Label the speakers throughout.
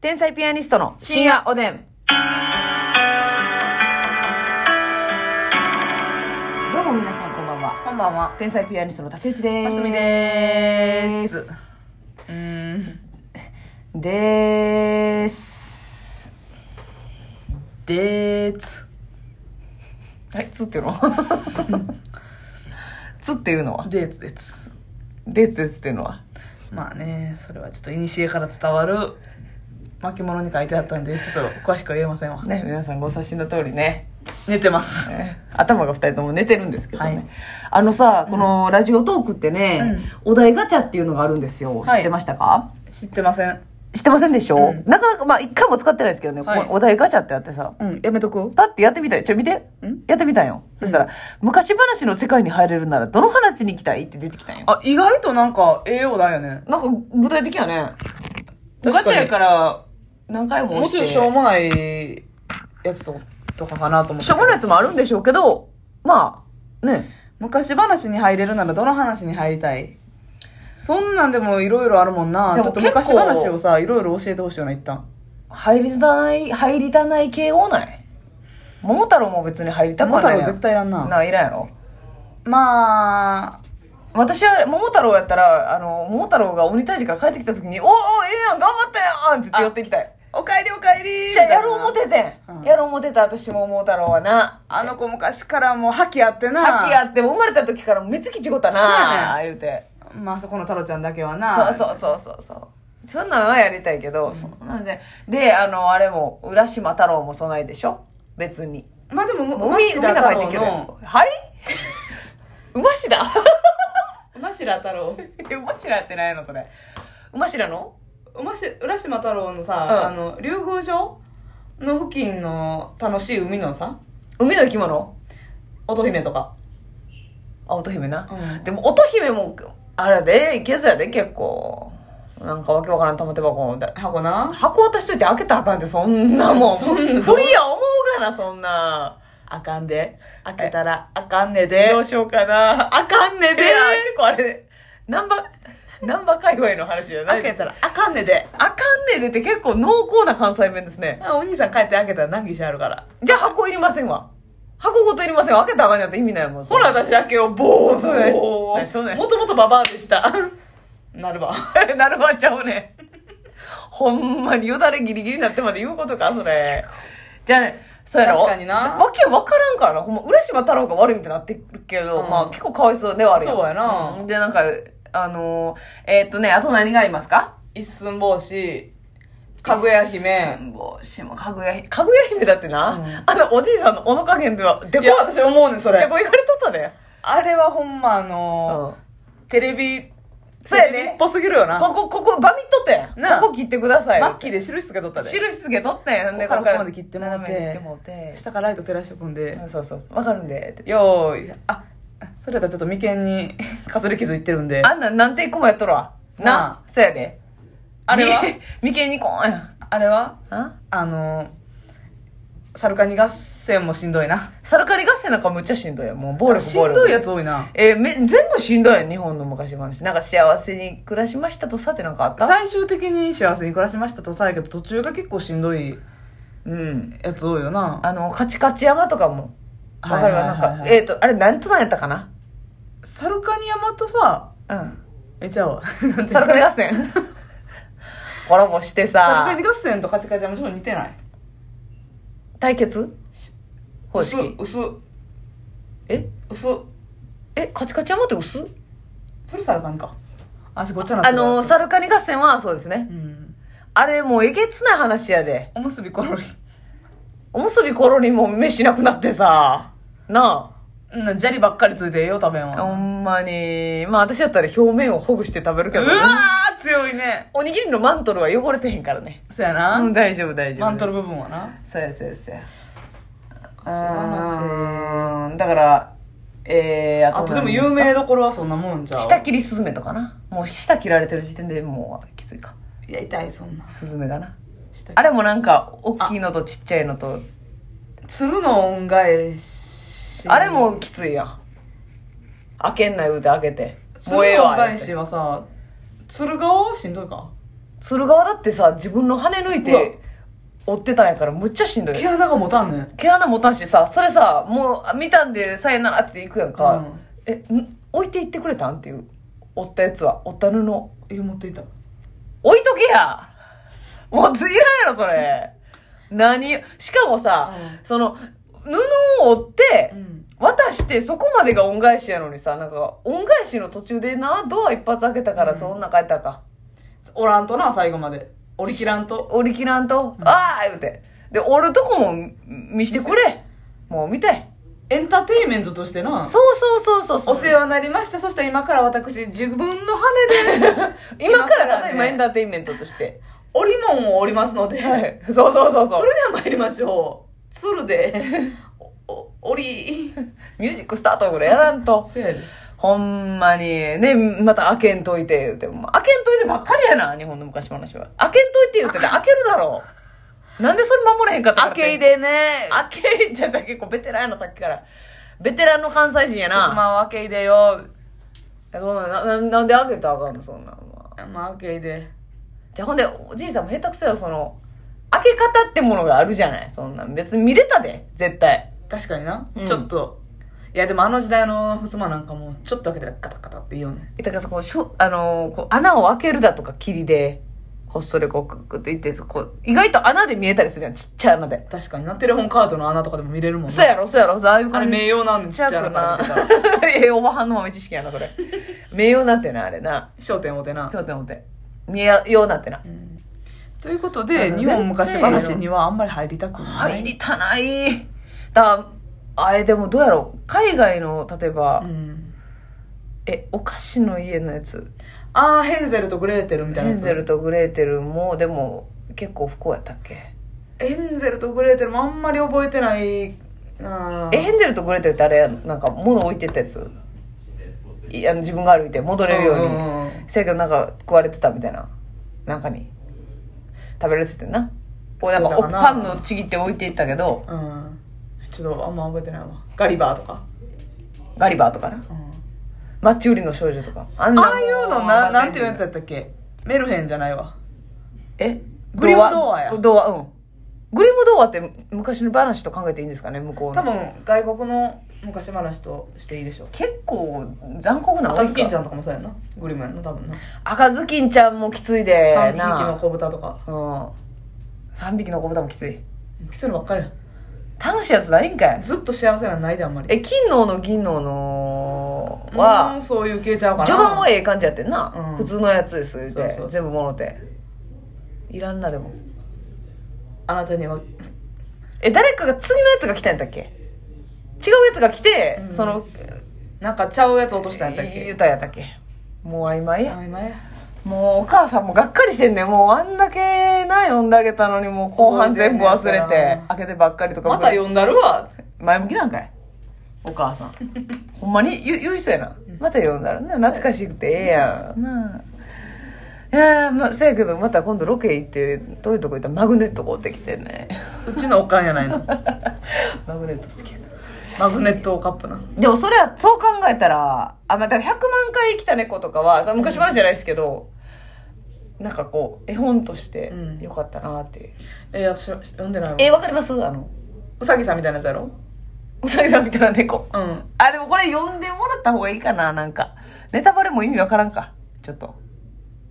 Speaker 1: 天才ピアニストの深夜おでん。どうも皆さんこんばんは。
Speaker 2: こんばんは。
Speaker 1: 天才ピアニストの竹内です。
Speaker 2: マスミでーす。うーん。
Speaker 1: でーす。
Speaker 2: でーつ。
Speaker 1: はい、つっていうの つっていうのは
Speaker 2: でーつでーつ。
Speaker 1: でつでつっていうのは
Speaker 2: まあね、それはちょっと、いにしえから伝わる巻物に書いてあったんで、ちょっと詳しくは言えませんわ。
Speaker 1: ね、皆さんご察しの通りね。
Speaker 2: 寝てます。
Speaker 1: ね頭が二人とも寝てるんですけどね、
Speaker 2: はい
Speaker 1: あのさこのラジオトークってね、お題ガチャっていうのがあるんですよ、
Speaker 2: はい
Speaker 1: 知ってましたか
Speaker 2: 知ってません。
Speaker 1: 知ってませんでしょ、
Speaker 2: うん
Speaker 1: なかなかまあ一回も使ってないですけどね、
Speaker 2: はい
Speaker 1: このお題ガチャってあってさ
Speaker 2: うん、やめとく
Speaker 1: パッてやってみたいちょ見てやってみたんよそしたら、昔話の世界に入れるならどの話に行きたいって出てきたんよ
Speaker 2: あ、意外となんか、ええお題やね。
Speaker 1: なんか具体的やね
Speaker 2: 確
Speaker 1: ガ
Speaker 2: かに
Speaker 1: チャやから何回も
Speaker 2: も
Speaker 1: 押
Speaker 2: うち
Speaker 1: し
Speaker 2: ょ
Speaker 1: て
Speaker 2: いしょうもないやつととかかなと思って。
Speaker 1: しょうもないやつもあるんでしょうけどまあね
Speaker 2: 昔話に入れるならどの話に入りたいそんなんでもいろいろあるもんな。
Speaker 1: で
Speaker 2: ちょ
Speaker 1: も
Speaker 2: っと
Speaker 1: 結構
Speaker 2: 昔話をさ、いろいろ教えてほしいよな、一旦。
Speaker 1: 入りたない、入りたない系多ない。桃太郎も別に入りたく
Speaker 2: 桃
Speaker 1: はな
Speaker 2: 太
Speaker 1: い
Speaker 2: 郎
Speaker 1: やん。
Speaker 2: 絶対いらんな。
Speaker 1: な、いらんやろ。
Speaker 2: まあ、
Speaker 1: 私は桃太郎やったら、あの、桃太郎が鬼退治から帰ってきた時に、おーおー、ええやん、頑張ったやんって言って寄ってきたい。
Speaker 2: おかえりおかえり
Speaker 1: じゃあ、やろう思てて。
Speaker 2: うんん
Speaker 1: やろう思てた、私も桃太郎はな。
Speaker 2: あの子昔からもう覇気あってな。
Speaker 1: さっきやっても生まれた時からめつきちごたな、言うて。
Speaker 2: まあそこの太郎ちゃんだけは
Speaker 1: そ
Speaker 2: な。
Speaker 1: うそうそうそうそう。そんなんはやりたいけど、そんなんで。で、あの、あれも、浦島太郎もそないでしょ別に。
Speaker 2: まあでも、
Speaker 1: 海、海
Speaker 2: 馬
Speaker 1: な
Speaker 2: 頭
Speaker 1: 入ってける。はい 馬しだ
Speaker 2: 馬白太郎。
Speaker 1: え、馬しらってないのそれ。馬しらの
Speaker 2: 馬し、浦島太郎の
Speaker 1: うん
Speaker 2: さ、あの、竜宮城の付近の楽しい海のさ、
Speaker 1: 海の生き物
Speaker 2: 乙姫とか。
Speaker 1: あ、乙姫な。
Speaker 2: うん
Speaker 1: でも、乙姫も、あれで、いけずやで、結構。なんかわけわからん玉手箱だ。
Speaker 2: 箱な。
Speaker 1: 箱渡しといて開けたらあかんって、そんなもん。
Speaker 2: そんな
Speaker 1: フリや思うがな、そんな。
Speaker 2: あかんで。開けたらあかんねで
Speaker 1: ど。うしようかな。
Speaker 2: あかんね
Speaker 1: い
Speaker 2: で
Speaker 1: や。結構あれ、ナンバ、ナンバ界隈の話じゃない
Speaker 2: 開
Speaker 1: で
Speaker 2: け
Speaker 1: す。
Speaker 2: たらあかんねで。
Speaker 1: あかんねえでって結構濃厚な関西弁ですね。
Speaker 2: あお兄さん帰って開けたら難儀しあるから。
Speaker 1: じゃあ箱いりませんわ。箱ごといりませんわ。開けたらあかんやったら意味ないもん。
Speaker 2: ほら、私だけをボーボ
Speaker 1: はいはいそうね
Speaker 2: ー。もともとババアでした。 なるわ。
Speaker 1: ら。 なるわちゃうねん。ほんまによだれギリギリになってまで言うことか、それ。じゃあね、そうやろ
Speaker 2: 確かにな
Speaker 1: わけわからんからな。ほんま、浦島太郎が悪いみたいになってるけど、
Speaker 2: うん
Speaker 1: まあ結構かわいそうではあるよ
Speaker 2: そうやな
Speaker 1: うんで、なんか、あのーえーっとね、あと何がありますか
Speaker 2: 一寸法師、かぐや姫。
Speaker 1: 寸法師もかぐや姫。かぐや姫だってな、
Speaker 2: うん
Speaker 1: あのおじいさんのおの加減では、でこ、
Speaker 2: いや、私思うねん、そ
Speaker 1: で
Speaker 2: れ。
Speaker 1: こ行かれとったで。
Speaker 2: あれはほんまあ
Speaker 1: う
Speaker 2: の
Speaker 1: ん。
Speaker 2: ー、テレビ、
Speaker 1: そうや
Speaker 2: テ
Speaker 1: ね
Speaker 2: レビっぽすぎるよな。
Speaker 1: ここ、ここ、バミっとったや。
Speaker 2: なんあ
Speaker 1: ここ切ってください。
Speaker 2: マッキーで印つけとったで。
Speaker 1: 印つけとったやん。
Speaker 2: ここからここまで切ってもらって
Speaker 1: 斜めに切ってもらって
Speaker 2: 下からライト照らしてくんで
Speaker 1: う、んそうそうそう。わかるんで。って
Speaker 2: よーい。あ、それだとちょっと眉間に かすり傷いってるんで。
Speaker 1: あんなん、なんていこもやっとるわ。な
Speaker 2: な、
Speaker 1: そうやで。
Speaker 2: あれは
Speaker 1: み 眉間にこんやん。
Speaker 2: あれは
Speaker 1: あ
Speaker 2: あのー、サルカニ合戦もしんどいな。
Speaker 1: サルカリ合戦なんかむっちゃしんどいやん。もう暴力、
Speaker 2: し
Speaker 1: 暴
Speaker 2: ん
Speaker 1: 力。
Speaker 2: どいやつ多いな。
Speaker 1: えーめ、全部しんどいやん、日本の昔話。なんか幸せに暮らしましたとさってなんかあった
Speaker 2: 最終的に幸せに暮らしましたとさやけど途中が結構しんどい
Speaker 1: うん。
Speaker 2: やつ多いよな
Speaker 1: あの、カチカチ山とかも。わかるわ。
Speaker 2: はい
Speaker 1: な
Speaker 2: は
Speaker 1: ん
Speaker 2: い
Speaker 1: か、
Speaker 2: はいはい
Speaker 1: えっと、あれ、なんとなんやったかな
Speaker 2: サルカニ山とさ
Speaker 1: うん。
Speaker 2: えちゃう わなんて
Speaker 1: サルカリ合 戦。コラボしてさ
Speaker 2: サ。ルカニ合戦とカチカチ山ちょっと似てない
Speaker 1: 対決方
Speaker 2: 薄
Speaker 1: 式
Speaker 2: 薄
Speaker 1: え
Speaker 2: 薄
Speaker 1: えカチカチ山って薄
Speaker 2: それサルカニかあしごっちゃなって
Speaker 1: あ
Speaker 2: るわ
Speaker 1: のーサルカニ合戦はそうですね
Speaker 2: うん
Speaker 1: あれもうえげつない話やで
Speaker 2: おむすびコロリ
Speaker 1: おむすびコロリも飯なくなってさな
Speaker 2: うん砂利ばっかりついてええよ食べん
Speaker 1: あ
Speaker 2: わ
Speaker 1: ほんまにまあ私だったら表面をほぐして食べる
Speaker 2: う
Speaker 1: けど
Speaker 2: わー強いね
Speaker 1: おにぎりのマントルは汚れてへんからね
Speaker 2: そやな、
Speaker 1: うん大丈夫大丈夫
Speaker 2: マントル部分はな
Speaker 1: そうやそうやそうや
Speaker 2: しい
Speaker 1: う
Speaker 2: 話
Speaker 1: ーんだからえー、
Speaker 2: あとでも
Speaker 1: 何すか
Speaker 2: 有名どころはそんなもんじゃう
Speaker 1: 舌切りスズメとかなもう舌切られてる時点でもうきついか
Speaker 2: いや痛いそんな
Speaker 1: スズメだな
Speaker 2: 下切り
Speaker 1: あれもなんか、大きいのとちっちゃいのと、
Speaker 2: 鶴の恩返し
Speaker 1: あれもきついやん。開けんな言うて開けて。
Speaker 2: 鶴
Speaker 1: もうええ
Speaker 2: の
Speaker 1: わ
Speaker 2: 恩
Speaker 1: 言
Speaker 2: 返
Speaker 1: うて。
Speaker 2: しはさ鶴顔しんどいか
Speaker 1: 鶴川だってさ自分の羽抜いう
Speaker 2: わ
Speaker 1: て追ってたんやからむっちゃしんどい
Speaker 2: 毛穴が持たんねん
Speaker 1: 毛穴持たんしさそれさもう見たんでさよならって行くやんか、
Speaker 2: うん
Speaker 1: えん置いていってくれたんっていう折ったやつは折った布
Speaker 2: え持っていた
Speaker 1: 置いとけやもうついらんやろそれ何しかもさ、
Speaker 2: う
Speaker 1: その布を折って、
Speaker 2: うん
Speaker 1: 渡してそこまでが恩返しやのにさなんか恩返しの途中でなドア一発開けたから、
Speaker 2: うん
Speaker 1: そんな帰ったらあか
Speaker 2: おらんとな最後まで折り切らんと
Speaker 1: 折り切らんと、
Speaker 2: うん
Speaker 1: ああ言うてで折るとこも見見してくれもう見たい
Speaker 2: エンターテインメントとしてな
Speaker 1: そうそうそうそうそう
Speaker 2: お世話になりましたそして今から私自分の 羽で
Speaker 1: 今から
Speaker 2: 今からね
Speaker 1: ただ今エンターテインメントとして、
Speaker 2: 折りもんを折りますので、
Speaker 1: はいそうそうそうそ
Speaker 2: そうれでは参りましょう鶴で おお折り
Speaker 1: ミュージックスタートぐらいやらんと
Speaker 2: せやで
Speaker 1: ほんまにねまた開けんといて言うてもう開けんといてばっかりやな日本の昔話は開けんといて言うて て開けるだろうなんでそれ守れへんかったかっ
Speaker 2: 開
Speaker 1: て
Speaker 2: けいでね
Speaker 1: あけいじゃじゃ結構ベテランやなさっきからベテランの関西人や
Speaker 2: あ
Speaker 1: な、
Speaker 2: まあ開けいでよ
Speaker 1: えそんなななんであげたらあかんのそんなんは
Speaker 2: まあ開けいで
Speaker 1: じゃあほんでおじいさんも下手くそよその開け方ってものがあるじゃないそんなん別に見れたで絶対
Speaker 2: 確かにな、
Speaker 1: うん
Speaker 2: ちょっといやでもあの時代の襖なんかもうちょっと開けたらガタガタって言うよね
Speaker 1: だからそこしょあのーこう穴を開けるだとか霧でこっそりこうクックっていってこう意外と穴で見えたりするやんちっちゃい穴で、
Speaker 2: 確かになテレホンカードの穴とかでも見れるもんな
Speaker 1: そうやろそうやろそうああいう
Speaker 2: あれ
Speaker 1: 感じ
Speaker 2: 名誉なんで
Speaker 1: ちっ
Speaker 2: ち
Speaker 1: ち
Speaker 2: っ
Speaker 1: ゃ
Speaker 2: ちゃ
Speaker 1: く
Speaker 2: い穴から
Speaker 1: な
Speaker 2: 見てたら
Speaker 1: えおばはんの豆知識やなそれ名誉なんてなあれな
Speaker 2: 焦点おてな
Speaker 1: ちょっと待って見えようなんてな
Speaker 2: ということ
Speaker 1: あ
Speaker 2: で
Speaker 1: の
Speaker 2: 日本昔話にはあんまり入りたくない
Speaker 1: 入りたないだあれでもどうやろう海外の例えば、
Speaker 2: うん
Speaker 1: えお菓子の家のやつ
Speaker 2: ああヘンゼルとグレーテルみたいな
Speaker 1: ヘン
Speaker 2: やつ
Speaker 1: ゼルとグレーテルもでも結構不幸やったっけ
Speaker 2: ヘンゼルとグレーテルもあんまり覚えてないな
Speaker 1: えヘンゼルとグレーテルってあれなんか物置いてたやついあの自分が歩いて戻れるように、
Speaker 2: に
Speaker 1: せやけどなんか食われてたみたいな中に食べられててんなこうなんか
Speaker 2: そうだ
Speaker 1: お
Speaker 2: かな
Speaker 1: パンのちぎって置いていったけど
Speaker 2: うんちょっとあんま覚えてないわガリバーとか
Speaker 1: ガリバーとかな
Speaker 2: うん
Speaker 1: マッチ売りの少女とかあんなもん
Speaker 2: ああいうのななんていうやつやったっけメルヘンじゃないわ
Speaker 1: え
Speaker 2: グリム童話や
Speaker 1: 童話うんグリム童話って昔の話と考えていいんですかね向こうの
Speaker 2: 多分外国の昔話としていいでしょう
Speaker 1: 結構残酷な
Speaker 2: 赤ずきんち
Speaker 1: ゃん
Speaker 2: ゃんとかもそうやんなグリムやんな多分な
Speaker 1: 赤ずきんちゃんもきついで
Speaker 2: 三匹
Speaker 1: な
Speaker 2: の子豚とか
Speaker 1: うん3匹の子豚もきつい
Speaker 2: きついのばっかりや
Speaker 1: 楽しいやつないんかい
Speaker 2: ずっと幸せなんないであんまり
Speaker 1: え金のの銀のの
Speaker 2: う
Speaker 1: は
Speaker 2: んそういう系ちゃうかな
Speaker 1: 序盤はええ感じやってんな、
Speaker 2: うん
Speaker 1: 普通のやつです言うて
Speaker 2: そうそうそう
Speaker 1: 全部もろていらんなでも
Speaker 2: あなたには
Speaker 1: え誰かが次のやつが来たんやったっけ違うやつが来て、
Speaker 2: うん
Speaker 1: その
Speaker 2: なんかちゃうやつ落としたんやったっ
Speaker 1: 言う
Speaker 2: け
Speaker 1: たんやったっけもう曖昧や、
Speaker 2: あ今や
Speaker 1: もうお母さんもがっかりしてんねんもうあんだけな読んであげたのにもう後半全部忘れ
Speaker 2: 覚えてんね
Speaker 1: て
Speaker 2: んから
Speaker 1: 開けてばっかりとか
Speaker 2: また呼んだるわ
Speaker 1: 前向きなんかいお母 さんほんまに言う言う人やなまた読んだらな懐かしくてええやんなあいやーまあせやけどまた今度ロケ行って遠いとこ行ったらマグネット買うてきて ね
Speaker 2: うちのおかんやないの
Speaker 1: マグネット好きやな
Speaker 2: マグネットカップな
Speaker 1: でもそれはそう考えたらあまあだから100万回生きた猫とかはさ昔話じゃないですけどなんかこう絵本として
Speaker 2: うん
Speaker 1: よかったなっていう、
Speaker 2: えー、私読んでないわ
Speaker 1: えわかりますあの
Speaker 2: うさぎさんみたいなやつやろ
Speaker 1: うさぎさんみたいな猫
Speaker 2: うん
Speaker 1: あでもこれ読んでもらった方がいいかななんかネタバレも意味わからんかちょっと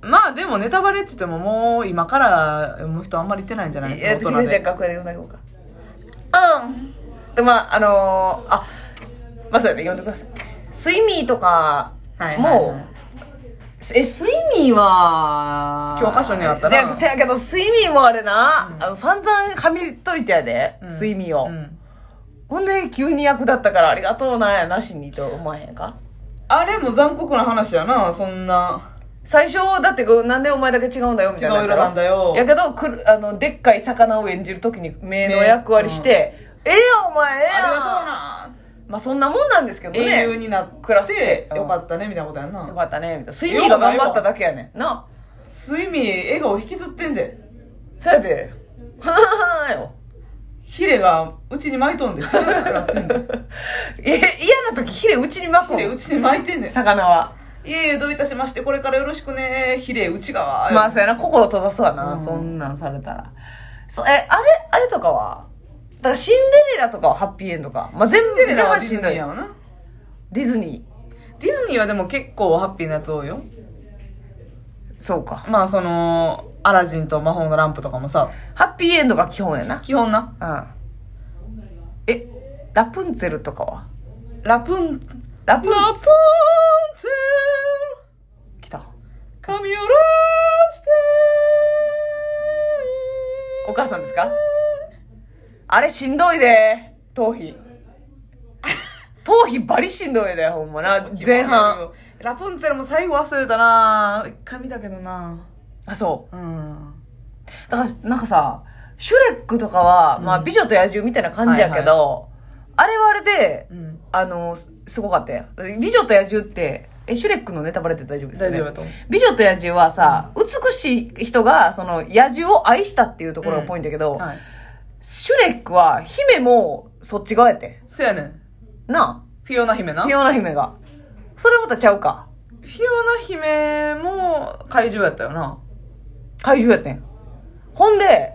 Speaker 2: まあでもネタバレって言ってももう今から読む人あんまりいてないんじゃない
Speaker 1: い
Speaker 2: です
Speaker 1: や私も
Speaker 2: か
Speaker 1: じゃあ
Speaker 2: で
Speaker 1: 楽屋で読んだいこうか
Speaker 2: うん
Speaker 1: でまああのー、あまあそうやね読んでくださいスイミーとか
Speaker 2: はい
Speaker 1: もえスイミーは
Speaker 2: 教科書にあったない
Speaker 1: やせやけどスイミーもあれな、あの散々はみといてやで、
Speaker 2: う
Speaker 1: スイミーを、
Speaker 2: うん
Speaker 1: ほんで急に役だったからありがとうなやなしにと思わへんか
Speaker 2: あれも残酷な話やなそんな
Speaker 1: 最初だってこうなんでお前だけ違うんだよみ
Speaker 2: 違
Speaker 1: たいな
Speaker 2: う色なんだよ
Speaker 1: やけどくるあのでっかい魚を演じるときに目の役割して「ええやんお前ええ
Speaker 2: あ
Speaker 1: や
Speaker 2: り
Speaker 1: ん
Speaker 2: がとうな
Speaker 1: まあそんなもんなんですけどね
Speaker 2: 英
Speaker 1: よ
Speaker 2: 雄になって
Speaker 1: 暮らして
Speaker 2: よかったねみたいなことやんな
Speaker 1: かったねみたいな睡眠が頑張っただけやねんな
Speaker 2: スイミー笑顔引きずってんで
Speaker 1: そうやで「はははよ
Speaker 2: ヒレがうちに巻いとんでヒレ
Speaker 1: え嫌な時ヒレうちに巻く
Speaker 2: うちに巻いてんねん
Speaker 1: 魚は
Speaker 2: いえいえ、どういたしまして、これからよろしくね、比例内側。
Speaker 1: まあ、そうやな、心閉ざすわな、
Speaker 2: うん
Speaker 1: そんなんされたら。そう、え、あれ、あれとかはだからシンデレラとかはハッピーエンドか。まあ、全部、
Speaker 2: デレラはディ
Speaker 1: 全
Speaker 2: ズニ
Speaker 1: 部
Speaker 2: ー
Speaker 1: しん
Speaker 2: や
Speaker 1: どい
Speaker 2: わな。
Speaker 1: ディズニ
Speaker 2: ディズニーはでも結構ハッピーなやつ多いよ。
Speaker 1: ー。そうか。
Speaker 2: まあ、その、アラジンと魔法のランプとかもさ、
Speaker 1: ハッピーエンドが基本やな。
Speaker 2: 基本な、
Speaker 1: うん。え、ラプンツェルとかは
Speaker 2: ラプン、
Speaker 1: ラ
Speaker 2: ラ
Speaker 1: プン
Speaker 2: プン
Speaker 1: ツェ
Speaker 2: ツェル、
Speaker 1: ル来た。
Speaker 2: 髪を下ろして、
Speaker 1: お母さんですかあれしんどいで、頭皮。頭皮バリしんどいで、ほんまな。前半。。
Speaker 2: ラプンツェルも最後忘れたな一回見たけどな
Speaker 1: あ、そう。
Speaker 2: うん。
Speaker 1: だから、なんかさ、シュレックとかは、
Speaker 2: うん
Speaker 1: まあ、美女と野獣みたいな感じやけど、あれはあれで、
Speaker 2: うん。
Speaker 1: あの、すすごかったやん。美女と野獣って、え、シュレックのネタバレって大丈夫ですよ
Speaker 2: 大
Speaker 1: ね
Speaker 2: 丈夫だと思う。
Speaker 1: 美女と野獣はさ、美しい人が、その、野獣を愛したっていうところがポイントやけど、
Speaker 2: はい。
Speaker 1: シュレックは、姫も、そっち側やって
Speaker 2: せやねん。
Speaker 1: ん。な
Speaker 2: フィオナ姫
Speaker 1: あ、
Speaker 2: な。
Speaker 1: フ
Speaker 2: フィ
Speaker 1: ィオナ姫が。それまたちゃうか。
Speaker 2: オナ姫も怪獣やったよな。
Speaker 1: 怪獣やってん。ほんで、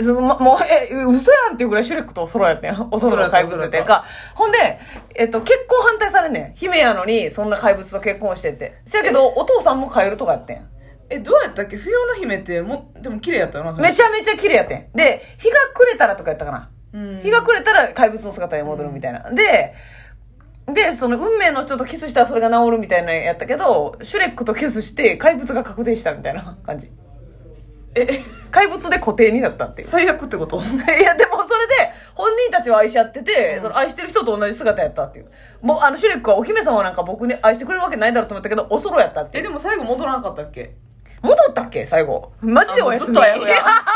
Speaker 1: そのま、もう、え、嘘やんっていうぐらいシュレックとお揃いやってん。お 揃いの怪物やってんか。ほんで、えっと、結婚反対されんねん。姫やのに、そんな怪物と結婚してって。せやけど、お父さんもカエルとかやってん。
Speaker 2: え、どうやったっけフィオナ姫っても、でも綺麗やったよな、
Speaker 1: め
Speaker 2: ち
Speaker 1: ちゃめちゃ綺麗やってん。で、日が暮れたらとかやったかな。
Speaker 2: ゃ。うん。
Speaker 1: 日が暮れたら怪物の姿に戻るみたいな。で、で、その運命の人とキスしたらそれが治るみたいなやったけど、シュレックとキスして怪物が確定したみたいな感じ。
Speaker 2: え、
Speaker 1: 怪物で固定になったっていう。
Speaker 2: 最悪ってこと
Speaker 1: い や、でもそれで、本人たちは愛し合ってて、
Speaker 2: うん
Speaker 1: その愛してる人と同じ姿やったっていう。もう、あの、シュレックはお姫様なんか僕に愛してくれるわけないだろうと思ったけど、おそろやったってい
Speaker 2: え、
Speaker 1: う。
Speaker 2: でも最後戻らんかったっけ
Speaker 1: 戻ったっけ最後。マジでおやすみ。
Speaker 2: あもうずっとあやふや